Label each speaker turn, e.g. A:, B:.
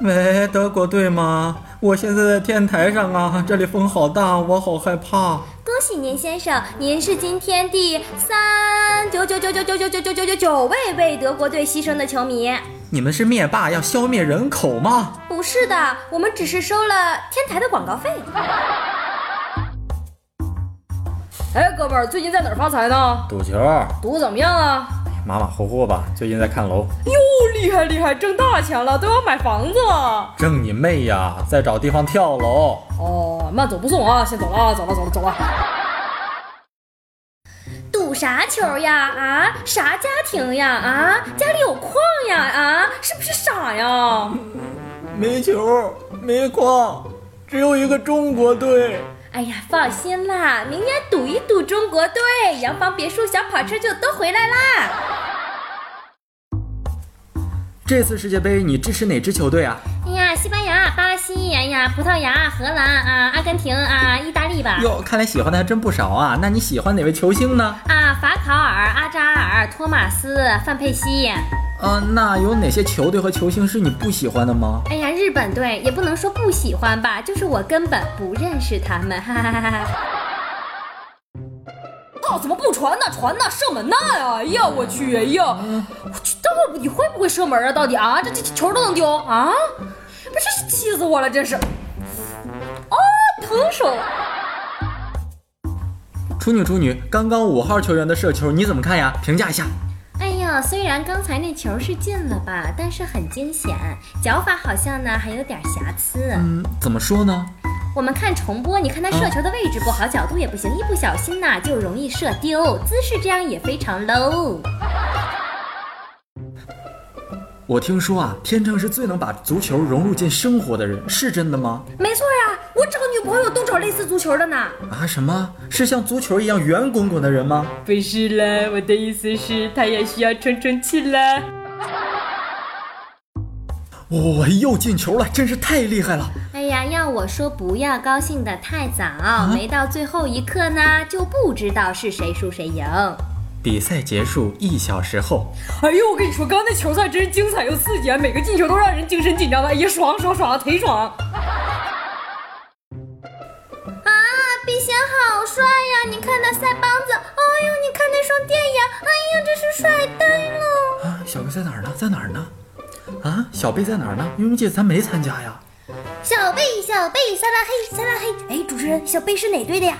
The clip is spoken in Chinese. A: 喂，哎德国队吗？我现在在天台上啊，这里风好大，我好害怕。
B: 恭喜您先生，您是今天第三九九九九九九九九九九九位为德国队牺牲的球迷。
A: 你们是灭霸要消灭人口吗？
B: 不是的，我们只是收了天台的广告费。哎，哥们儿，最近在哪儿发财呢？
C: 赌球，
B: 赌怎么样啊？
C: 马马虎虎吧。最近在看楼，
B: 哟，厉害厉害，挣大钱了，都要买房子了。
C: 挣你妹呀！在找地方跳楼。
B: 哦，慢走不送啊，先走了啊，走了走了走了。赌啥球呀？啊，啥家庭呀？啊，家里有矿呀？啊，是不是傻呀？
A: 没球，没框，只有一个中国队。
B: 哎呀，放心啦，明年赌一赌中国队，洋房别墅、小跑车就都回来啦。
A: 这次世界杯你支持哪支球队啊？
B: 哎呀，西班牙、巴西，哎呀，葡萄牙、荷兰啊，阿根廷啊，意大利吧。
A: 哟，看来喜欢的还真不少啊。那你喜欢哪位球星呢？
B: 啊，法考尔、阿扎尔、托马斯、范佩西。
A: 呃，那有哪些球队和球星是你不喜欢的吗？
B: 哎呀，日本队也不能说不喜欢吧，就是我根本不认识他们，哈哈哈哈。
D: 炮哦怎么不传呢？传呐，射门呐呀！哎呀，我去，哎呀，我去，待会儿你会不会射门啊？到底啊，这这这球都能丢啊？不是，气死我了，真是！哦，疼手。
A: 处女处女，刚刚五号球员的射球你怎么看呀？评价一下。
B: 哎呀，虽然刚才那球是进了吧，但是很惊险，脚法好像呢还有点瑕疵。
A: 嗯，怎么说呢？
B: 我们看重播，你看他
D: 嗯
B: 射球的位置不好，角度也不行，一不小心呐、就容易射丢，姿势这样也非常 low。
A: 我听说啊，天秤是最能把足球融入进生活的人，是真的吗？
D: 没错呀，我找女朋友都找类似足球的呢。
A: 啊，什么是像足球一样圆滚滚的人吗？
E: 不是啦，我的意思是，他也需要充充气啦。
A: 我、我又进球了，真是太厉害了！
B: 哎呀，要我说不要高兴的太早，
D: 啊
B: 没到最后一刻呢，就不知道是谁输谁赢。啊
A: 比赛结束一小时后，
D: 哎呦，我跟你说，刚才球赛真是精彩又刺激啊，每个进球都让人精神紧张的，哎呀，爽爽爽，忒爽！
B: 啊，碧贤好帅呀！你看那腮帮子，哎呦，你看那双电眼，哎呀，真是帅呆了。
A: 啊，小贝在哪儿呢？在哪儿呢？啊，小贝在哪儿呢？因为这次咱没参加呀。
B: 小贝，小贝，撒拉嘿，撒拉嘿。哎，主持人，小贝是哪队的呀？